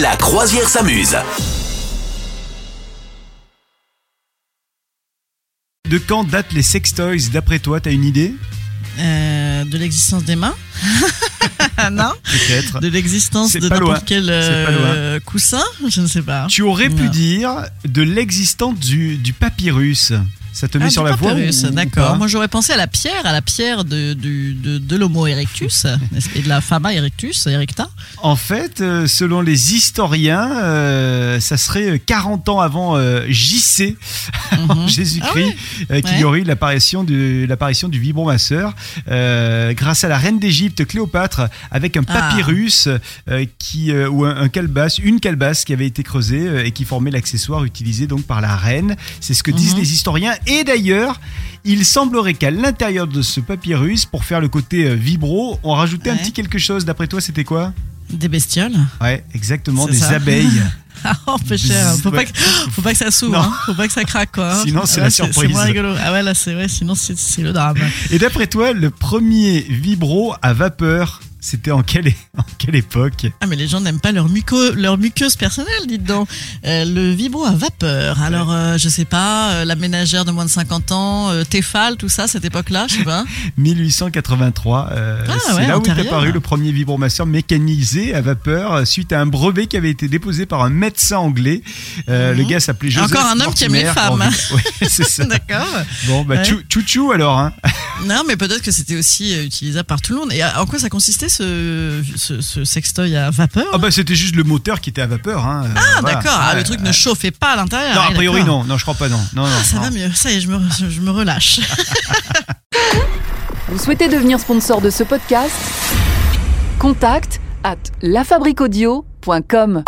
La croisière s'amuse. De quand datent les sextoys D'après toi, t'as une idée Euh, de l'existence des mains Non Peut-être. De l'existence C'est de pas n'importe loin. quel C'est pas euh, coussin Je ne sais pas. Tu aurais pu Non. dire de l'existence du, du papyrus. Ça te met Ah, sur du la voie papyrus, ou- ou pas D'accord. Moi, j'aurais pensé à la pierre, à la pierre de, du- de, de l'Homo erectus n'est-ce- et de la Fama erectus, erecta. En fait, euh, selon les historiens, euh, ça serait 40 ans avant euh, JC, Mhm. Ah Jésus-Christ, euh, qu'il y Ouais. aurait eu l'apparition du, l'apparition du vibromasseur euh, grâce à la reine d'Égypte, Cléopâtre, avec un Ah. papyrus euh, qui, euh, ou un, un calebasse, une calebasse qui avait été creusée euh, et qui formait l'accessoire utilisé donc par la reine. C'est ce que disent Mhm. les historiens. Et d'ailleurs, il semblerait qu'à l'intérieur de ce papyrus, pour faire le côté euh, vibro, on rajoutait un Ouais. petit quelque chose. D'après toi, c'était quoi Des bestioles. Ouais, exactement, C'est des ça. abeilles. Ah, oh, peu cher. Faut, pas Ouais. que, faut pas que ça s'ouvre. Non. hein. Faut pas que ça craque, quoi. hein. Sinon, c'est Ah, la C'est surprise. moins rigolo. Ah ouais, là, c'est vrai. Sinon, c'est c'est le drame. Et d'après toi, le premier vibro à vapeur, c'était en quelle, en quelle époque Ah mais les gens n'aiment pas leur, muco- leur muqueuse personnelle, dites donc. Euh, le vibro à vapeur. Alors euh, je sais pas, euh, la ménagère de moins de 50 ans, euh, Tefal, tout ça, cette époque-là, je sais pas. 1883. euh, Ah c'est ouais, là où est antérieur. apparu le premier vibromasseur mécanisé à vapeur euh, suite à un brevet qui avait été déposé par un médecin anglais. Euh, Le Mhm. gars s'appelait Joseph. Encore un homme qui aime les Mortimer. femmes, hein. Bon, oui, c'est ça. D'accord. Bon, bah, Ouais. tchou- tchou-tchou alors. Hein. Non mais peut-être que c'était aussi euh, utilisable par tout le monde. Et euh, en quoi ça consistait ce, ce, ce sextoy à vapeur Ah, bah, c'était juste le moteur qui était à vapeur. Hein. Ah d'accord, ah, le truc ne chauffait pas à l'intérieur. Non, Ouais, a priori, d'accord. non. Non, je crois pas, non. non, non, Ah, ça non. va mieux, ça y est, je me, je- je me relâche. Vous souhaitez devenir sponsor de ce podcast Contact à lafabriquaudio.com.